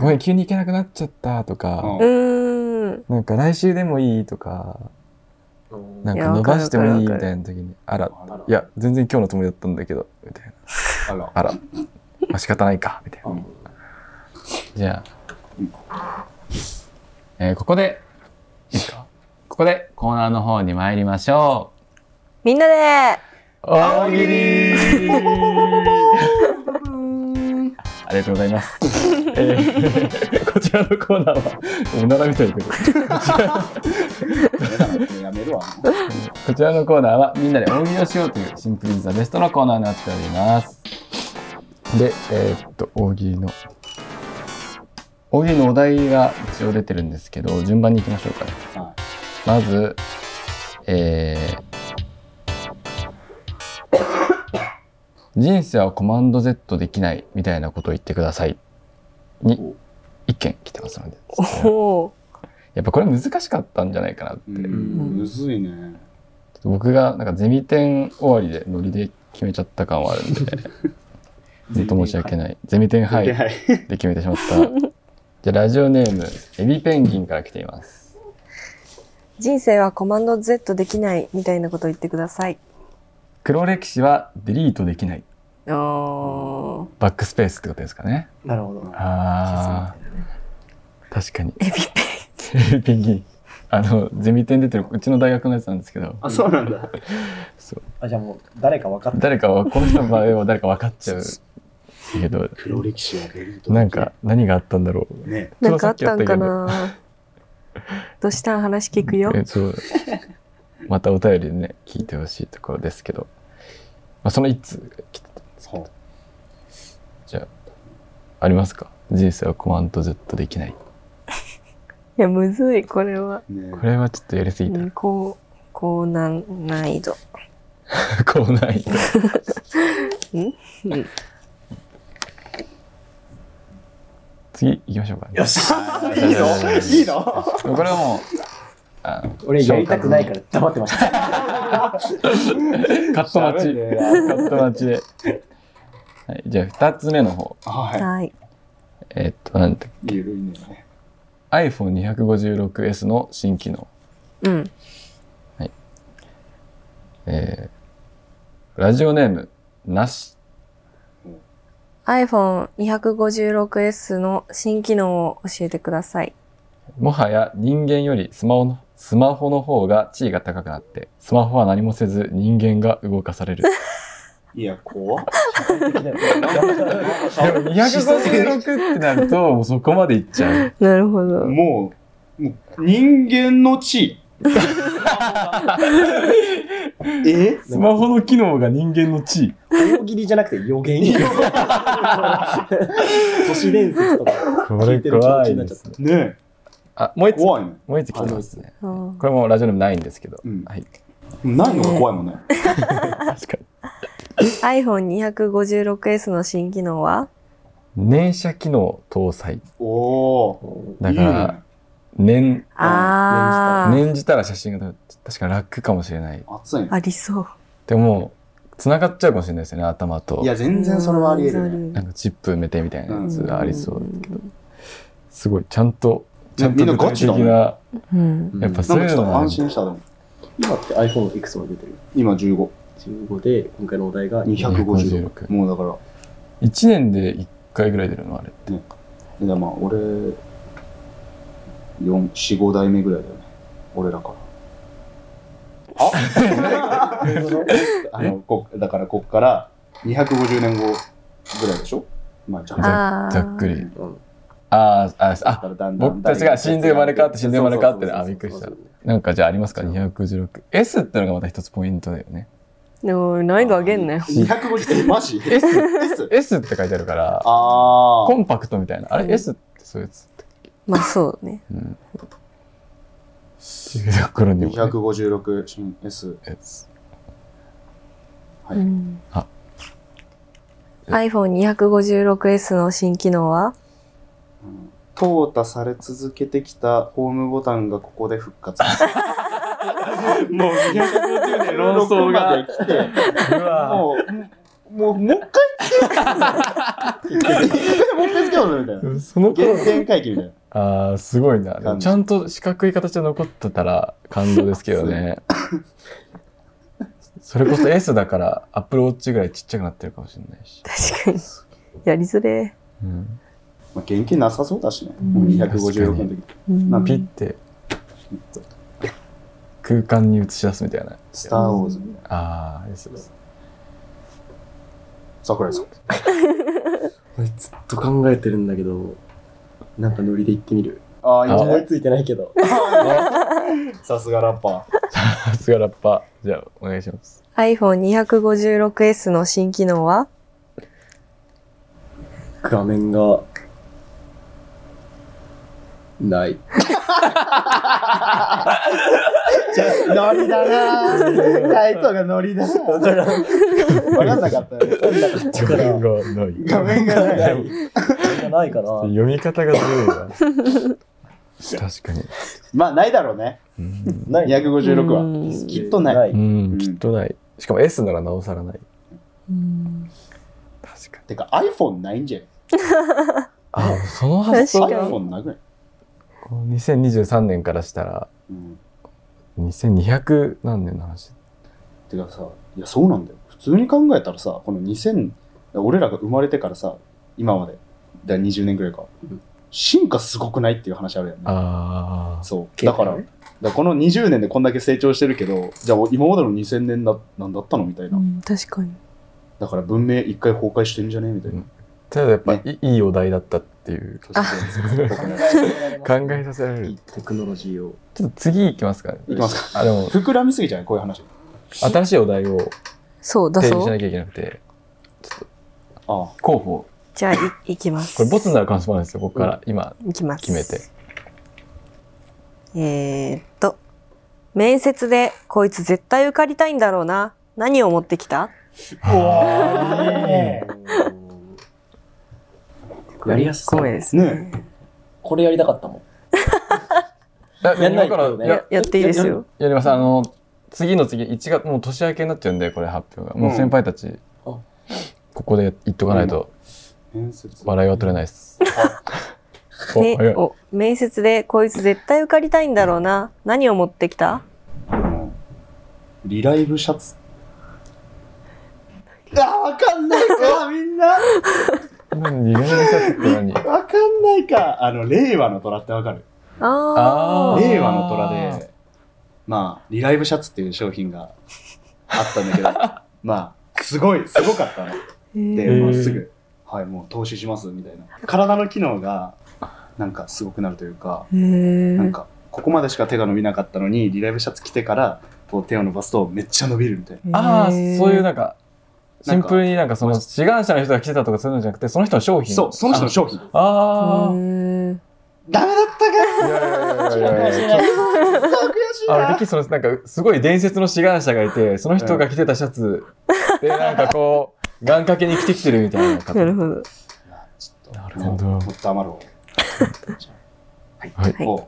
[SPEAKER 2] ごめん急に行けなくなっちゃったとか
[SPEAKER 1] う、ーん
[SPEAKER 2] なんか来週でもいいとかなん
[SPEAKER 1] い
[SPEAKER 2] か
[SPEAKER 1] や
[SPEAKER 2] 伸
[SPEAKER 1] わかる
[SPEAKER 2] ばしてもいいみ
[SPEAKER 1] わかるわか
[SPEAKER 2] た
[SPEAKER 1] る
[SPEAKER 2] いな時にあら
[SPEAKER 3] あら
[SPEAKER 2] いや全然今日のつもりだったんだけどみたいな
[SPEAKER 3] あら
[SPEAKER 2] あらまあ仕方ないかみたいな
[SPEAKER 4] うん
[SPEAKER 2] じゃあ、えーここで、いいですかここでコーナーの方に参りましょ
[SPEAKER 1] みんなで
[SPEAKER 2] う。大喜利 ありがとうございます。えー こちらのコーナーは、おならみたいだけど、
[SPEAKER 3] やめるわ
[SPEAKER 2] こちらのコーナーはみんなで大喜利をしようというシンプルイズザベストのコーナーになっております。で、えーっと、大喜利の、大喜利のお題が一応出てるんですけど、順番に行きましょうかね。
[SPEAKER 3] は
[SPEAKER 2] まず、えー人生はコマンド Z できないみたいなことを言ってくださいに一件来てますので、
[SPEAKER 1] おお
[SPEAKER 2] やっぱこれ難しかったんじゃないかなって、
[SPEAKER 3] い、
[SPEAKER 2] ちょ
[SPEAKER 4] ん
[SPEAKER 3] むずいね
[SPEAKER 2] っと僕がなんかゼミ展終わりでノリで決めちゃった感はあるんで、ずっと申し訳ない。ゼミ展はい
[SPEAKER 3] はい
[SPEAKER 2] で決めてしまった。 じゃあラジオネーム、エビペンギンから来ています。
[SPEAKER 1] 人生はコマンド Z できないみたいなことを言ってください
[SPEAKER 2] 黒歴史はデリートできない。
[SPEAKER 1] あー
[SPEAKER 2] バックスペースってことですかね。
[SPEAKER 4] なるほど
[SPEAKER 2] ああ、確かに。
[SPEAKER 1] エビペ
[SPEAKER 2] ペンギン。あの、ゼミ展出てる、うちの大学のやつなんですけど、
[SPEAKER 3] あそうなんだ
[SPEAKER 2] そう
[SPEAKER 4] あじゃあもう誰か分かった
[SPEAKER 2] 誰かは、この人の場合は誰か分かっちゃうけど、
[SPEAKER 3] 黒歴史は出ると
[SPEAKER 2] なんか、何があったんだろう。
[SPEAKER 3] ね
[SPEAKER 1] なんかあったんかなどうしたん話聞くよ
[SPEAKER 2] えそう。またお便りでね、聞いてほしいところですけど、まあ、その一通が来てたんですけ
[SPEAKER 3] そう
[SPEAKER 2] ど、じゃあ、ありますか人生はコマンド Z できない。
[SPEAKER 1] いやむずいこれは、
[SPEAKER 3] ね
[SPEAKER 2] これはちょっとやりすぎた
[SPEAKER 1] う。ん、こう高難難易度
[SPEAKER 2] こうないと。
[SPEAKER 1] うん
[SPEAKER 2] 次行きましょうか、ね。
[SPEAKER 4] よし
[SPEAKER 3] いいのいいの
[SPEAKER 2] これはもう、あの
[SPEAKER 4] 俺やりたくないから黙ってました
[SPEAKER 2] カット待ち。
[SPEAKER 3] 喋んね
[SPEAKER 2] カット待ちで。はい、じゃあ、二つ目の方。
[SPEAKER 3] は
[SPEAKER 1] はい
[SPEAKER 2] えーっと、なんだっ
[SPEAKER 3] いゆるいね
[SPEAKER 2] け iPhone256S の新機能。
[SPEAKER 1] うん
[SPEAKER 2] えー、ラジオネーム、なし。
[SPEAKER 1] iPhone256S の新機能を教えてください
[SPEAKER 2] もはや人間よりスマホの、スマホの方が地位が高くなって、スマホは何もせず人間が動かされる。
[SPEAKER 3] いや、 怖っ。
[SPEAKER 2] でも256ってなると、 もうそこまでいっちゃう。
[SPEAKER 1] なるほど。
[SPEAKER 3] もう、もう人間の地。え
[SPEAKER 2] スマホの機能が人間の地位。
[SPEAKER 4] 大喜利じゃなくて予言 都市伝説とか
[SPEAKER 2] こ
[SPEAKER 4] 聞いてる気持ちになっちゃっ。た。
[SPEAKER 3] ね
[SPEAKER 2] あ、もう
[SPEAKER 3] え、
[SPEAKER 2] 一つ、
[SPEAKER 3] 怖いね。
[SPEAKER 2] もう一つ来てますね。
[SPEAKER 1] あ
[SPEAKER 2] これもラジオネームないんですけど。
[SPEAKER 3] うん
[SPEAKER 2] はい。
[SPEAKER 3] ないのが怖いもんね。
[SPEAKER 2] 確かに。
[SPEAKER 1] iPhone256S の新機能は
[SPEAKER 2] 念写機能搭載。
[SPEAKER 3] おお。
[SPEAKER 2] だから、念、
[SPEAKER 1] あー、
[SPEAKER 2] 念じたら写真が確か楽かもしれない。
[SPEAKER 3] 熱いね。
[SPEAKER 1] ありそう。
[SPEAKER 2] でも、繋がっちゃうかもしれないですよね、頭と
[SPEAKER 3] い。や、全然それはあり得るね。
[SPEAKER 2] なんかチップ埋めてみたいなやつ
[SPEAKER 1] うん
[SPEAKER 2] がありそうだけど。すごい、ちゃんと、ちゃんと
[SPEAKER 3] みんなガチだもん
[SPEAKER 2] 具体的な
[SPEAKER 1] うん。
[SPEAKER 2] やっぱ
[SPEAKER 3] な
[SPEAKER 2] そ
[SPEAKER 3] ん
[SPEAKER 2] うい
[SPEAKER 3] か
[SPEAKER 2] う
[SPEAKER 3] ち
[SPEAKER 2] の
[SPEAKER 3] ょっと
[SPEAKER 2] がある
[SPEAKER 3] 安心したでも。
[SPEAKER 4] 今って iPhone いくつまで出てる
[SPEAKER 3] 今15、
[SPEAKER 4] ?15 で、今回のお題が
[SPEAKER 3] 256。
[SPEAKER 2] 256
[SPEAKER 3] もうだから、
[SPEAKER 2] 1年で1回ぐらい出るのあれって。
[SPEAKER 3] いやまあ俺、4、4、5代目ぐらいだよね。俺らから。あ あのこだからこっから250年後ぐらいでしょまあちゃんと。
[SPEAKER 1] あー
[SPEAKER 2] ざっくり。
[SPEAKER 4] うん
[SPEAKER 2] あーあ、あ、
[SPEAKER 3] からだん
[SPEAKER 2] 僕たちが死んで生まれ変わって死んで生まれ変わってね
[SPEAKER 3] そう
[SPEAKER 2] あ、
[SPEAKER 3] そ
[SPEAKER 2] び
[SPEAKER 3] う
[SPEAKER 2] っ
[SPEAKER 3] そう
[SPEAKER 2] くりした
[SPEAKER 4] そう。
[SPEAKER 2] なんかじゃあありますか ?216。S ってのがまた一つポイントだよね。
[SPEAKER 1] でも難易度上げんなよ。
[SPEAKER 3] 250マジ
[SPEAKER 2] S
[SPEAKER 3] ?S?
[SPEAKER 2] S って書いてあるから、
[SPEAKER 3] あ
[SPEAKER 2] コンパクトみたいな。あ
[SPEAKER 1] うん
[SPEAKER 2] れ ?S ってそういうやつ。
[SPEAKER 1] まあそうね。
[SPEAKER 2] うん。っていうところにもね、
[SPEAKER 3] 256新 S。
[SPEAKER 2] S。
[SPEAKER 3] はい
[SPEAKER 1] うん
[SPEAKER 2] あ
[SPEAKER 1] iPhone256S の新機能は
[SPEAKER 3] うん淘汰され続けてきたホームボタンがここで復活。 もう250年
[SPEAKER 2] 論争が
[SPEAKER 3] 来て、
[SPEAKER 2] うわ
[SPEAKER 3] もう、もう、もう一回つけようもう一回つけようぜみたい な。
[SPEAKER 2] その頃
[SPEAKER 3] 原点回帰みたいな。
[SPEAKER 2] ああ、すごいな。でもちゃんと四角い形で残ってたら感動ですけど ね。それこそ S だから、アップルウォッチぐらいちっちゃくなってるかもしれないし。
[SPEAKER 1] 確 かに。やりづれ
[SPEAKER 2] うん、
[SPEAKER 3] まあ、現金なさそうだしね。
[SPEAKER 1] うん
[SPEAKER 3] もう256の時。
[SPEAKER 1] ー。うん
[SPEAKER 3] まあ
[SPEAKER 2] ピッて空間に映し出すみたいな。
[SPEAKER 3] スター・ウォーズみたいな。
[SPEAKER 2] ああ、S です。
[SPEAKER 3] 桜井さん。
[SPEAKER 4] これずっと考えてるんだけど、なんかノリで行ってみる。
[SPEAKER 3] ああ、いいんじゃな
[SPEAKER 4] 思
[SPEAKER 3] い
[SPEAKER 4] いついてないけど。
[SPEAKER 3] さすがラッパー。
[SPEAKER 2] さすがラッパー。じゃあ、お願いします。
[SPEAKER 1] iPhone256S の新機能は
[SPEAKER 4] 画面が、ない。
[SPEAKER 3] じゃあ、ノリだなぁ。タイトがノリだなぁ。わからんなかったね。
[SPEAKER 4] だから
[SPEAKER 2] 画面がない。
[SPEAKER 3] 画面がない。
[SPEAKER 4] がないから、
[SPEAKER 2] 読み方が強い な。確かに。
[SPEAKER 3] まあ、ないだろうね。
[SPEAKER 2] うん
[SPEAKER 4] ない。
[SPEAKER 3] 256は。
[SPEAKER 1] は
[SPEAKER 3] きっとない
[SPEAKER 4] ない。
[SPEAKER 2] うん、きっとない。しかも S ならなおさらない。確かに。
[SPEAKER 3] てか、iPhone ないんじゃない
[SPEAKER 2] あ、その発想
[SPEAKER 1] 確かに
[SPEAKER 3] ?iPhone なくない
[SPEAKER 2] 2023年からしたら
[SPEAKER 3] うん。
[SPEAKER 2] 2200何年の話
[SPEAKER 3] てかさ、いや、そうなんだよ。普通に考えたらさ、この2000、俺らが生まれてからさ、今まで、だから20年くらいか
[SPEAKER 4] うん。
[SPEAKER 3] 進化すごくないっていう話あるよね。
[SPEAKER 2] あ
[SPEAKER 3] そう。だから、だからこの20年でこんだけ成長してるけど、じゃあ今までの2000年だなんだったのみたいな。
[SPEAKER 1] 確かに。
[SPEAKER 3] だから文明一回崩壊してんじゃねみたいな。
[SPEAKER 2] ただやっぱ、いいいお題だったっていう
[SPEAKER 3] そうそう そう
[SPEAKER 2] 考えさせられ
[SPEAKER 4] い
[SPEAKER 2] る
[SPEAKER 4] いテクノロジーを。
[SPEAKER 2] ちょっと次行きますかね
[SPEAKER 3] いきます
[SPEAKER 2] かあでも
[SPEAKER 3] 膨らみすぎじゃないこういう話。
[SPEAKER 2] 新しいお題を
[SPEAKER 1] そうだ
[SPEAKER 2] 提示
[SPEAKER 1] そ
[SPEAKER 2] しな
[SPEAKER 1] う。
[SPEAKER 2] きゃいけなくてちょっ
[SPEAKER 3] ああ
[SPEAKER 2] と候補
[SPEAKER 1] じゃあ、い、いきます。
[SPEAKER 2] これボツになるかもしれないですよここから今
[SPEAKER 1] いきます。
[SPEAKER 2] 決めて。
[SPEAKER 1] えーっと、面接で、こいつ絶対受かりたいんだろうな。何を持ってきた
[SPEAKER 3] わ
[SPEAKER 4] やりやすそう
[SPEAKER 1] 米。ですね。
[SPEAKER 4] これやりたかったもん。
[SPEAKER 2] あ
[SPEAKER 4] やんないけどね
[SPEAKER 2] いや
[SPEAKER 1] ややっていいです
[SPEAKER 4] や
[SPEAKER 1] よ。
[SPEAKER 2] やりますあの次の次1月もう年明けになっちゃうんでこれ発表がもう先輩たち、
[SPEAKER 4] あ
[SPEAKER 2] ここで言っとかないと
[SPEAKER 3] 面接
[SPEAKER 2] 笑いは取れないです、お
[SPEAKER 1] ね
[SPEAKER 2] 早い、
[SPEAKER 1] お、面接で、こいつ絶対受かりたいんだろうな。何を持ってきた
[SPEAKER 3] うんリライブシャツ。 ああ、わかんない か、みんな。
[SPEAKER 2] 何リライブシャツって何
[SPEAKER 3] わかんないか。あの、令和の虎ってわかる
[SPEAKER 1] あ
[SPEAKER 2] あー
[SPEAKER 1] ー
[SPEAKER 3] 令和の虎 で、まあ、リライブシャツっていう商品があったんだけど、まあ、すごい、すごかったの。
[SPEAKER 1] え
[SPEAKER 3] で、
[SPEAKER 1] ー
[SPEAKER 4] へー
[SPEAKER 3] まあ、すぐ、はい、もう投資しますみたいな。体の機能が、なんかすごくなるというか、
[SPEAKER 1] えー
[SPEAKER 3] なんか、ここまでしか手が伸びなかったのに、リライブシャツ着てから、こう手を伸ばすとめっちゃ伸びるみたいな。
[SPEAKER 2] ああ、そう
[SPEAKER 1] へー
[SPEAKER 2] いうなんか、シンプルになんかその志願者の人が来てたとかそういうのじゃなくて、その人の商品。
[SPEAKER 3] そう、その人の商品。
[SPEAKER 2] ああ。
[SPEAKER 1] へ
[SPEAKER 3] ダメだった
[SPEAKER 2] いやいやいやいやいや
[SPEAKER 3] かそう悔しい
[SPEAKER 2] あの
[SPEAKER 3] な
[SPEAKER 2] てっきりそのなんかすごい伝説の志願者がいてその人が着てたシャツでなんかこ う願掛けに着てきてるみたいな
[SPEAKER 1] ー
[SPEAKER 2] 方
[SPEAKER 1] なるほど。
[SPEAKER 3] ちょっと
[SPEAKER 2] なるほど
[SPEAKER 3] もっと余ろう。はい。
[SPEAKER 2] はい
[SPEAKER 3] お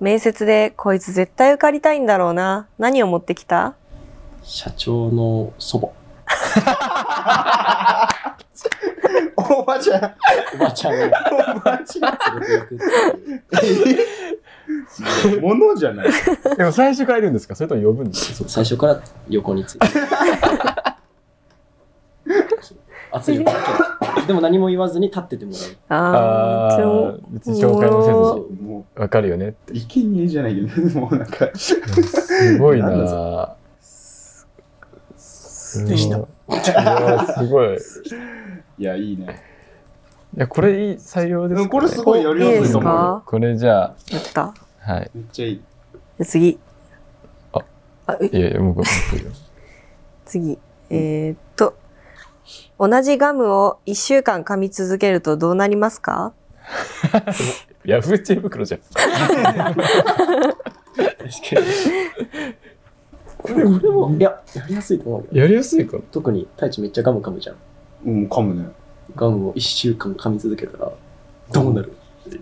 [SPEAKER 1] 面接で、こいつ絶対受かりたいんだろうな。何を持ってきた
[SPEAKER 4] 社長の祖母
[SPEAKER 3] おばちゃん。
[SPEAKER 4] おばちゃんが
[SPEAKER 3] おばちゃん。
[SPEAKER 4] 連れて行くっていう
[SPEAKER 3] 物じゃない。
[SPEAKER 2] でも最初からいるんですかそれとも呼ぶんですか
[SPEAKER 4] そう最初から横につい てそう圧力だけでも何も言わずに立っててもらう
[SPEAKER 1] あ
[SPEAKER 2] あ
[SPEAKER 1] ー、
[SPEAKER 2] あ
[SPEAKER 1] 超
[SPEAKER 2] 別に紹介
[SPEAKER 1] そ
[SPEAKER 2] も
[SPEAKER 4] う
[SPEAKER 3] も
[SPEAKER 2] せずわかるよねって
[SPEAKER 3] う、生贄じゃないけど、もうなんか、
[SPEAKER 2] すごいな
[SPEAKER 3] なんだ
[SPEAKER 2] ぁすご
[SPEAKER 4] で
[SPEAKER 2] いい
[SPEAKER 4] した
[SPEAKER 2] やすごいい
[SPEAKER 3] いや、いいね。
[SPEAKER 2] やこれいい採用ですか、ね、
[SPEAKER 3] これすごいやりやすいと思うよ。
[SPEAKER 2] これじゃ
[SPEAKER 1] やった。
[SPEAKER 2] あはい
[SPEAKER 3] めっちゃいい。
[SPEAKER 1] で次。
[SPEAKER 2] あ
[SPEAKER 1] あ、え
[SPEAKER 2] いやいやもうこれいいよ
[SPEAKER 1] 次。えーっと、同じガムを1週間噛み続けるとどうなりますか
[SPEAKER 2] ヤフー知恵袋じゃん
[SPEAKER 4] これこれもいややりやすいと思うよ
[SPEAKER 2] やりやすいかな
[SPEAKER 4] 特に太一めっちゃガム噛むじゃん
[SPEAKER 3] うん、噛むね。
[SPEAKER 4] ガムを1週間噛み続けたらどうなるっていう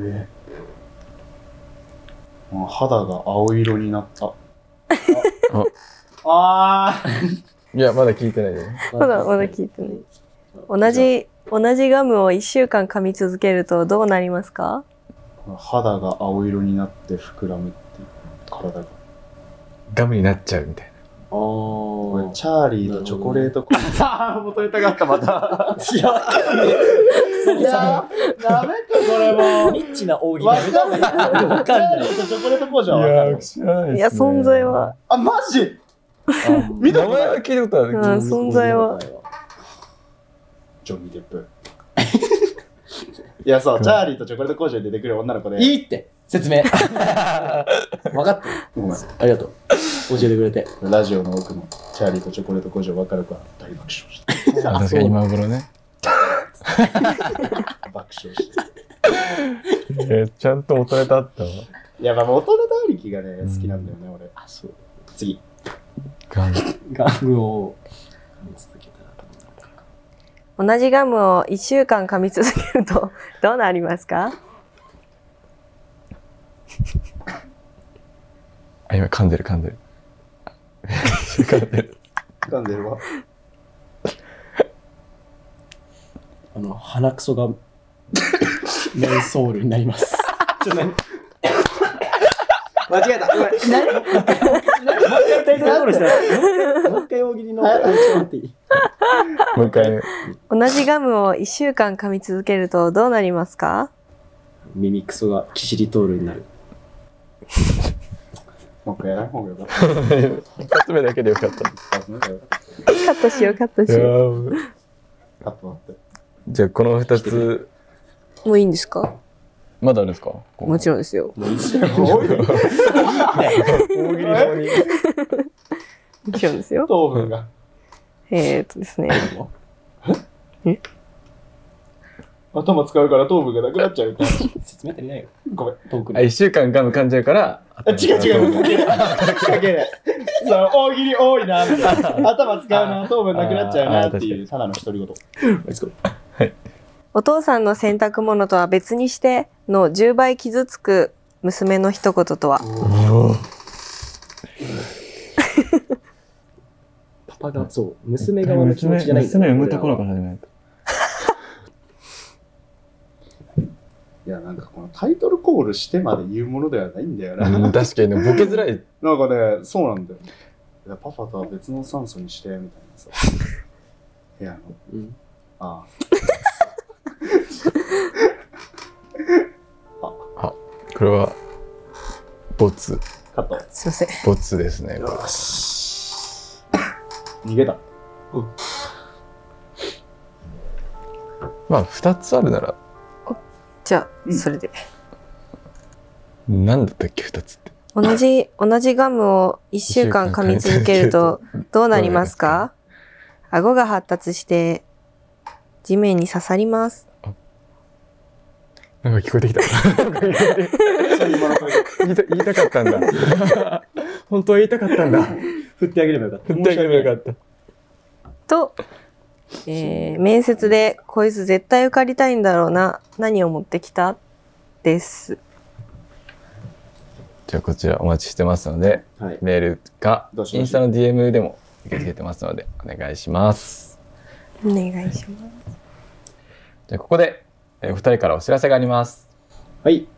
[SPEAKER 3] ええもう肌が青色になった。ああー
[SPEAKER 2] いやまだ聞いてないよね
[SPEAKER 1] まだまだ聞いてない同じ、同じガムを1週間噛み続けるとどうなりますか
[SPEAKER 3] 肌が青色になって膨らむっていう体が。
[SPEAKER 2] ガムになっちゃうみたいな
[SPEAKER 4] あ
[SPEAKER 3] これ
[SPEAKER 4] ー
[SPEAKER 3] チャーリーとチョコレートコーヒー。ああ、元ネタがあった、また。
[SPEAKER 4] いや
[SPEAKER 3] いや、ダメか、これも。
[SPEAKER 4] ニッチな扇
[SPEAKER 3] わ
[SPEAKER 4] が
[SPEAKER 3] かんない。
[SPEAKER 4] わかんない。
[SPEAKER 3] チョコレート工場
[SPEAKER 2] い
[SPEAKER 3] は
[SPEAKER 2] や
[SPEAKER 3] わか
[SPEAKER 2] ー
[SPEAKER 3] る。
[SPEAKER 2] 知らないです、ね、
[SPEAKER 1] いや、存在は。
[SPEAKER 3] あ、マジ
[SPEAKER 4] あ
[SPEAKER 3] 見た
[SPEAKER 2] 名
[SPEAKER 3] こと
[SPEAKER 2] 前
[SPEAKER 3] な。
[SPEAKER 2] はい聞いたことある、
[SPEAKER 1] うん存在は
[SPEAKER 3] ジョニー・デップ。いや、そう、チャーリーとチョコレート工場に出てくる女の子で。
[SPEAKER 4] いいって説明分かった
[SPEAKER 3] ごめん
[SPEAKER 4] ありがとう教えてくれて
[SPEAKER 3] ラジオの奥のチャーリーとチョコレート工場分かるか大爆笑して。
[SPEAKER 2] あ確かに今頃ね
[SPEAKER 3] 爆笑して。
[SPEAKER 2] いやちゃんと元ネタあったわ
[SPEAKER 3] いや、まあ、元ネタありきがね、好きなんだよね、俺。
[SPEAKER 4] あそう
[SPEAKER 3] 次。
[SPEAKER 2] ガム
[SPEAKER 4] ガムを噛み続けたらどうなるか
[SPEAKER 1] 同じガムを1週間噛み続けると どうなりますか
[SPEAKER 2] あ今噛んでる噛んでる噛んでる
[SPEAKER 3] 噛んでるわ。
[SPEAKER 4] あの鼻くそがメンソールになりますちょっと何
[SPEAKER 3] 間違えた。ごめん。
[SPEAKER 4] もう一回タイトルコールしたらもう一回大喜利のちょっと待っていい
[SPEAKER 2] もう一回ね
[SPEAKER 1] 同じガムを1週間噛み続けるとどうなりますか
[SPEAKER 4] 耳くそがキシリトールになる
[SPEAKER 3] もう一回やらん方がよかった。
[SPEAKER 2] 一つ目だけでよかった
[SPEAKER 3] あすいません
[SPEAKER 1] カットしよう、カットしよ
[SPEAKER 3] カット待って。
[SPEAKER 2] じゃあこの二つ
[SPEAKER 1] う。もういいんですか
[SPEAKER 2] まだあるんですか
[SPEAKER 1] もちろんですよ。
[SPEAKER 3] 多いね
[SPEAKER 2] ろん大喜利の鬼
[SPEAKER 1] もちろんですよ。
[SPEAKER 3] 糖分が。
[SPEAKER 1] えー、っとですね。
[SPEAKER 3] 頭使うから糖分がなくなっちゃう。
[SPEAKER 4] 説明足りないよ
[SPEAKER 3] ごめん。
[SPEAKER 4] トーク
[SPEAKER 2] あ
[SPEAKER 4] に
[SPEAKER 2] 一週間ガム噛んじゃうから
[SPEAKER 3] あ違う違う。関係ない関係ない。その大喜利多いな、みたいな。頭使うな、糖分なくなっちゃうなっていう、ただの独り言。
[SPEAKER 4] レッツゴー
[SPEAKER 1] お父さんの洗濯物とは別にしての10倍傷つく娘の一言とは
[SPEAKER 2] おー
[SPEAKER 4] パパがそう娘側の気持ちじゃないんだよ
[SPEAKER 2] 娘産むところからじゃないと
[SPEAKER 3] いや、なんかこのタイトルコールしてまで言うものではないんだよな。
[SPEAKER 2] うん確かにねボケづらい
[SPEAKER 3] なんかね、そうなんだよね。いやパパとは別の酸素にして、みたいなさ。いや、あの、
[SPEAKER 4] うん
[SPEAKER 3] あ
[SPEAKER 2] これはボツ
[SPEAKER 3] あ、カット。
[SPEAKER 1] すいません
[SPEAKER 2] ボツですね
[SPEAKER 3] よし。逃げた。
[SPEAKER 2] まあ2つあるなら
[SPEAKER 1] じゃあ、
[SPEAKER 3] うん
[SPEAKER 1] それで。
[SPEAKER 2] 何だったっけ2つって
[SPEAKER 1] 同じ、同じガムを1週間噛み続けると どうなりますか顎が発達して地面に刺さります。
[SPEAKER 2] なんか聞こえてきた
[SPEAKER 3] 今の声が
[SPEAKER 2] 言いた言いたかったんだ 本当は言いたかったんだ
[SPEAKER 4] 振ってあげればよかった
[SPEAKER 2] 言ってあげればよかっ
[SPEAKER 1] と、えー面接で、こいつ絶対受かりたいんだろうな、何を持ってきたです。
[SPEAKER 2] たじゃあこちらお待ちしてますので
[SPEAKER 4] はい、
[SPEAKER 2] メールか
[SPEAKER 3] どうし
[SPEAKER 2] イ
[SPEAKER 3] ま
[SPEAKER 2] ン
[SPEAKER 3] し
[SPEAKER 2] ス
[SPEAKER 3] ょ
[SPEAKER 2] タ
[SPEAKER 3] う
[SPEAKER 2] の DM でも受け付けてますのでお願いします
[SPEAKER 1] お願いします。
[SPEAKER 2] じゃあここでえーお二人からお知らせがあります
[SPEAKER 4] はい、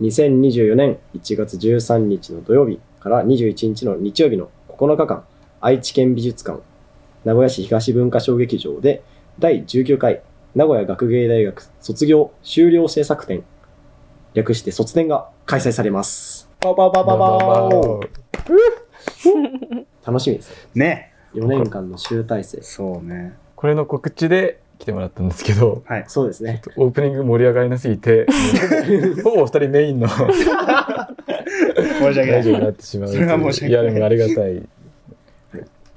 [SPEAKER 4] 2024年1月13日の土曜日から21日の日曜日の9日間愛知県美術館名古屋市東文化小劇場で第19回名古屋学芸大学卒業修了制作展略して卒展が開催されます
[SPEAKER 3] パパパパパー
[SPEAKER 4] 楽しみですね
[SPEAKER 3] ね。
[SPEAKER 4] 4年間の集大成
[SPEAKER 3] そうね。
[SPEAKER 2] これの告知で来てもらったんですけど
[SPEAKER 3] はい。
[SPEAKER 4] そうですね
[SPEAKER 2] オープニング盛り上がりなすぎて ほぼお二人メインの
[SPEAKER 3] 申し訳な。
[SPEAKER 2] ラジオにないってしまう
[SPEAKER 3] それは申し訳ない
[SPEAKER 2] いやでもありがたい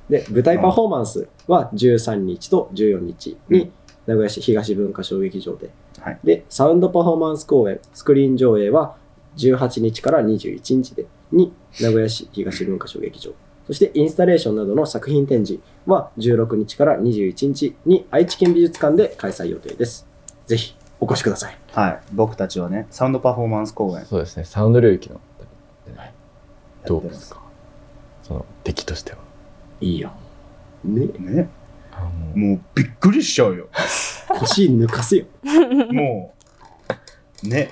[SPEAKER 4] で舞台パフォーマンスは13日と14日
[SPEAKER 3] う
[SPEAKER 4] に
[SPEAKER 3] ん
[SPEAKER 4] 名古屋市東文化小劇場で、
[SPEAKER 3] はい
[SPEAKER 4] でサウンドパフォーマンス公演スクリーン上映は18日から21日でに名古屋市東文化小劇場そしてインスタレーションなどの作品展示は16日から21日に愛知県美術館で開催予定ですぜひお越しください
[SPEAKER 3] はい。僕たちはね、サウンドパフォーマンス公演や
[SPEAKER 2] そうですねサウンド領域の
[SPEAKER 3] ってますか
[SPEAKER 2] その出来としてはい
[SPEAKER 4] いよね
[SPEAKER 3] ね。
[SPEAKER 2] あの
[SPEAKER 3] もうびっくりしちゃうよ。
[SPEAKER 4] 腰抜かすよ
[SPEAKER 3] もう。ね。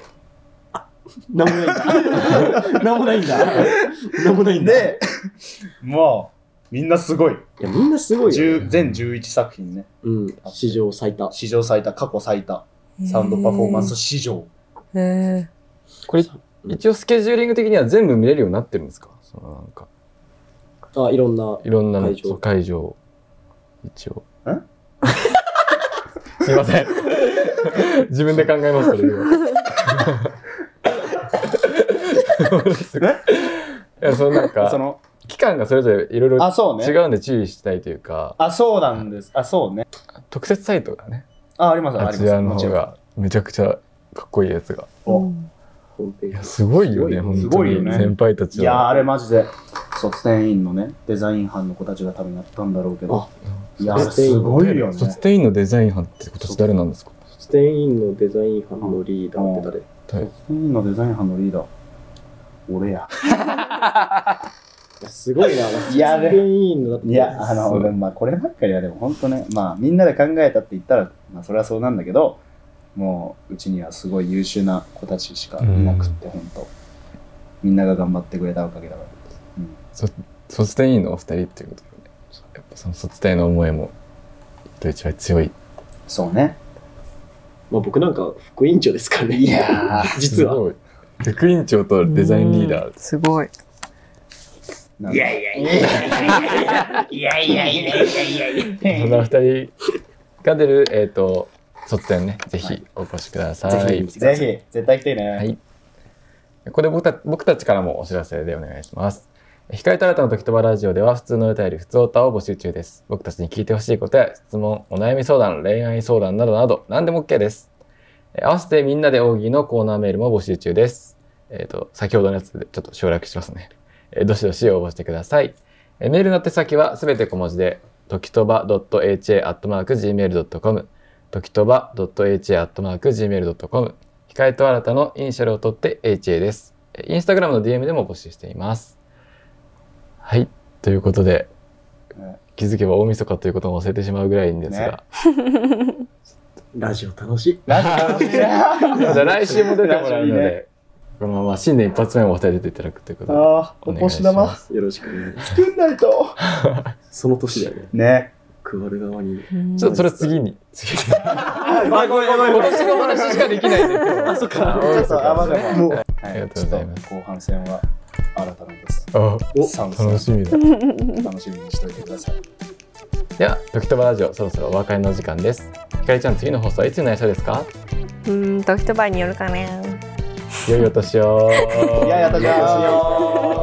[SPEAKER 4] なんもないん だなんもないんだなんもないんだ
[SPEAKER 3] で、まあ、みんなすごい。
[SPEAKER 4] いやみんなすごいよね、
[SPEAKER 3] 10全11作品ね。
[SPEAKER 4] うん、史上最多
[SPEAKER 3] 史上最多、過去最多。サウンドパフォーマンス史上。
[SPEAKER 1] へー。へ
[SPEAKER 2] これ一応スケジューリング的には全部見れるようになってるんですかそのなんか
[SPEAKER 4] あいろんない
[SPEAKER 2] ろんな
[SPEAKER 4] 会場
[SPEAKER 2] そう会場一応
[SPEAKER 3] え
[SPEAKER 2] すいません自分で考えます それ今いやそのなん
[SPEAKER 3] そ
[SPEAKER 2] か
[SPEAKER 3] の、
[SPEAKER 2] 期間がそれぞれいろいろ
[SPEAKER 3] あ、そう
[SPEAKER 2] 違
[SPEAKER 3] ね。
[SPEAKER 2] うんで注意したいというか
[SPEAKER 3] あ、そうなんです。あ、そうね。
[SPEAKER 2] 特設サイトがね
[SPEAKER 3] あ、あります、あり
[SPEAKER 2] あ
[SPEAKER 3] ます。
[SPEAKER 2] ちらの
[SPEAKER 3] もち
[SPEAKER 2] 方
[SPEAKER 3] ろん。
[SPEAKER 2] がめちゃくちゃかっこいいやつが
[SPEAKER 1] ー
[SPEAKER 3] お
[SPEAKER 1] うん
[SPEAKER 4] ホームペ
[SPEAKER 2] い
[SPEAKER 4] ー
[SPEAKER 2] や
[SPEAKER 4] ジ
[SPEAKER 2] すごいよね本
[SPEAKER 3] す
[SPEAKER 2] 当
[SPEAKER 3] ごいよ
[SPEAKER 2] に
[SPEAKER 3] ね
[SPEAKER 2] 先輩たち
[SPEAKER 3] いやー、
[SPEAKER 2] は
[SPEAKER 3] あれマジで、卒展員のね、デザイン班の子たちが多分やったんだろうけど
[SPEAKER 4] あ。
[SPEAKER 3] いやー、
[SPEAKER 4] 卒展員
[SPEAKER 3] すごいよね。
[SPEAKER 2] 卒店員のデザイン班って今年誰なんですか
[SPEAKER 4] ステインのデザイン班のリーダーって誰
[SPEAKER 2] 誰
[SPEAKER 3] 本人のデザイン班のリーダー、俺や。
[SPEAKER 4] いやすごいな。
[SPEAKER 3] いや
[SPEAKER 4] ステインのだって。
[SPEAKER 3] いや、あの、
[SPEAKER 2] そう
[SPEAKER 3] 俺まあ、こればっかりはでも本当ね、まあ、みんなで考えたって言ったら、まあ、それはそうなんだけど、もう、うちにはすごい優秀な子たちしかいなくって、本当。みんなが頑張ってくれたおかげだから。
[SPEAKER 2] 卒店員のお二人っていうことでねやっぱその卒店の思いも人一倍強い
[SPEAKER 3] そうね。
[SPEAKER 4] まあ、僕なんか副委員長ですからね。
[SPEAKER 3] いやー
[SPEAKER 4] 実は。
[SPEAKER 2] は副院長とデザインリーダー
[SPEAKER 1] すごい。
[SPEAKER 3] いやいやいやいやいやいやいやいやいやいや
[SPEAKER 2] そんなお二人が出るえっ、と卒店ねぜひお越しください、
[SPEAKER 4] ぜひ
[SPEAKER 3] ぜひ、絶対来てね。
[SPEAKER 2] はいここで僕た僕たちからもお知らせでお願いします。光と新たの時とばラジオでは普通の歌より普通歌を募集中です。僕たちに聞いてほしいことや質問、お悩み相談、恋愛相談などなど何でも OK です。えー合わせてみんなで奥義のコーナーメールも募集中です。えっ、と、先ほどのやつでちょっと省略しますね。えーどしどし応募してください。えーメールの宛先はすべて小文字で、時とば .ha.gmail.com、時とば .ha.gmail.com、光と新たのイニシャルを取って HA です。えインスタグラムの DM でも募集しています。はい。ということで、
[SPEAKER 3] ね
[SPEAKER 2] 気づけば大晦日ということも忘れてしまうぐらいですが、
[SPEAKER 4] ラジオ楽しい。
[SPEAKER 3] ラジオ あ
[SPEAKER 2] また来週も出てもらうの
[SPEAKER 3] ラジオいい
[SPEAKER 2] で、
[SPEAKER 3] ね
[SPEAKER 2] このまま新年一発目もお二人出ていただくということで、
[SPEAKER 3] あ、
[SPEAKER 2] お
[SPEAKER 3] お
[SPEAKER 2] 願い
[SPEAKER 3] 年
[SPEAKER 2] しま
[SPEAKER 3] 玉
[SPEAKER 2] す。
[SPEAKER 4] よろしくね。
[SPEAKER 3] 作んな いと。
[SPEAKER 4] その年だよね。
[SPEAKER 3] ね。
[SPEAKER 4] 配る側に。
[SPEAKER 1] うん
[SPEAKER 2] ちょっとそれは次に。次に
[SPEAKER 3] あ、ごめんごめんごめん
[SPEAKER 2] 今年の話しかできないんで、今日は。あ、そっ
[SPEAKER 3] ちょっと、あ、まだもう。
[SPEAKER 2] ありがとうございます
[SPEAKER 3] ちょっ後半戦は、新たなゲス
[SPEAKER 2] あ、
[SPEAKER 3] ト。サムさん
[SPEAKER 2] 楽しみだ。
[SPEAKER 3] 楽しみにしておいてください。
[SPEAKER 2] では時とばラジオそろそろお別れの時間ですひかりちゃん次の放送はいつになりそうです か
[SPEAKER 1] うーん、時と場合によるかね。
[SPEAKER 2] 良いお年を
[SPEAKER 3] いやいや、私は。